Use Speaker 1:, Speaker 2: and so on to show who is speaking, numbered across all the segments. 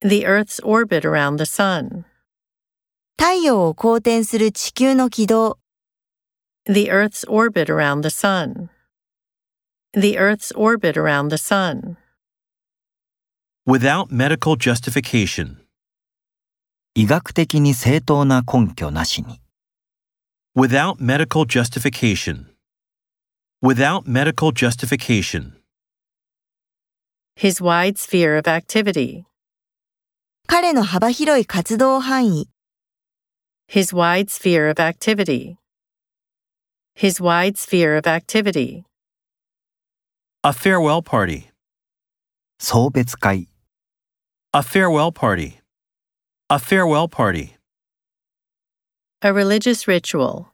Speaker 1: The Earth's orbit around the Sun.
Speaker 2: 太陽を公転する地球の軌道、
Speaker 1: The Earth's orbit around the Sun. The Earth's orbit around the Sun.
Speaker 3: Without medical justification.
Speaker 4: 医学的に正当な根拠なしに
Speaker 3: Without medical justification. Without medical justification.
Speaker 1: His wide sphere of activity.
Speaker 2: 彼の幅広い活動範囲、
Speaker 1: His wide sphere of activity. His wide sphere of activity.
Speaker 3: A farewell party.
Speaker 4: 送別会
Speaker 3: A farewell party. A farewell party.
Speaker 1: A religious ritual.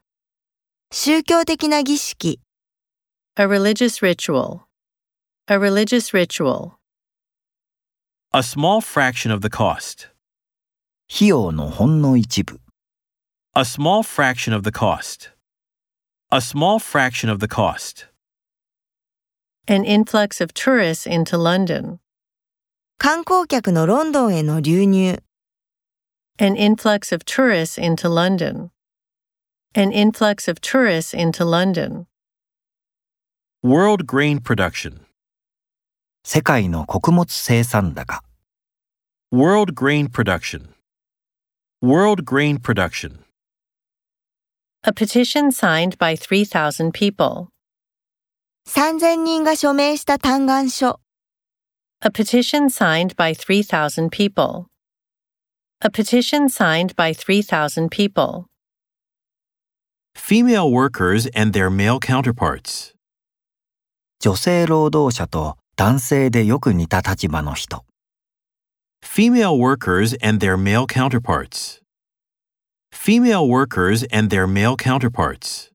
Speaker 2: 宗教的な儀式、
Speaker 1: A religious ritual. A religious ritual.
Speaker 3: A small fraction of the cost.
Speaker 4: 費用のほんの一部
Speaker 3: A small fraction of the cost. A small fraction of the cost.
Speaker 1: An influx of tourists into London.
Speaker 2: 観光客のロンドンへの流入、
Speaker 1: An influx of tourists into London. An influx of tourists into London.
Speaker 3: World grain production.
Speaker 4: 世界の穀物生産高
Speaker 3: World grain production. World grain production.
Speaker 1: A petition signed by 3,000 people.
Speaker 2: 3000人が署名した嘆願書、
Speaker 1: A petition signed by 3,000 people. A petition signed by 3,000 people.
Speaker 3: Female workers and their male counterparts.
Speaker 4: 女性労働者と男性でよく似た立場の人
Speaker 3: Female workers and their male counterparts. Female workers and their male counterparts.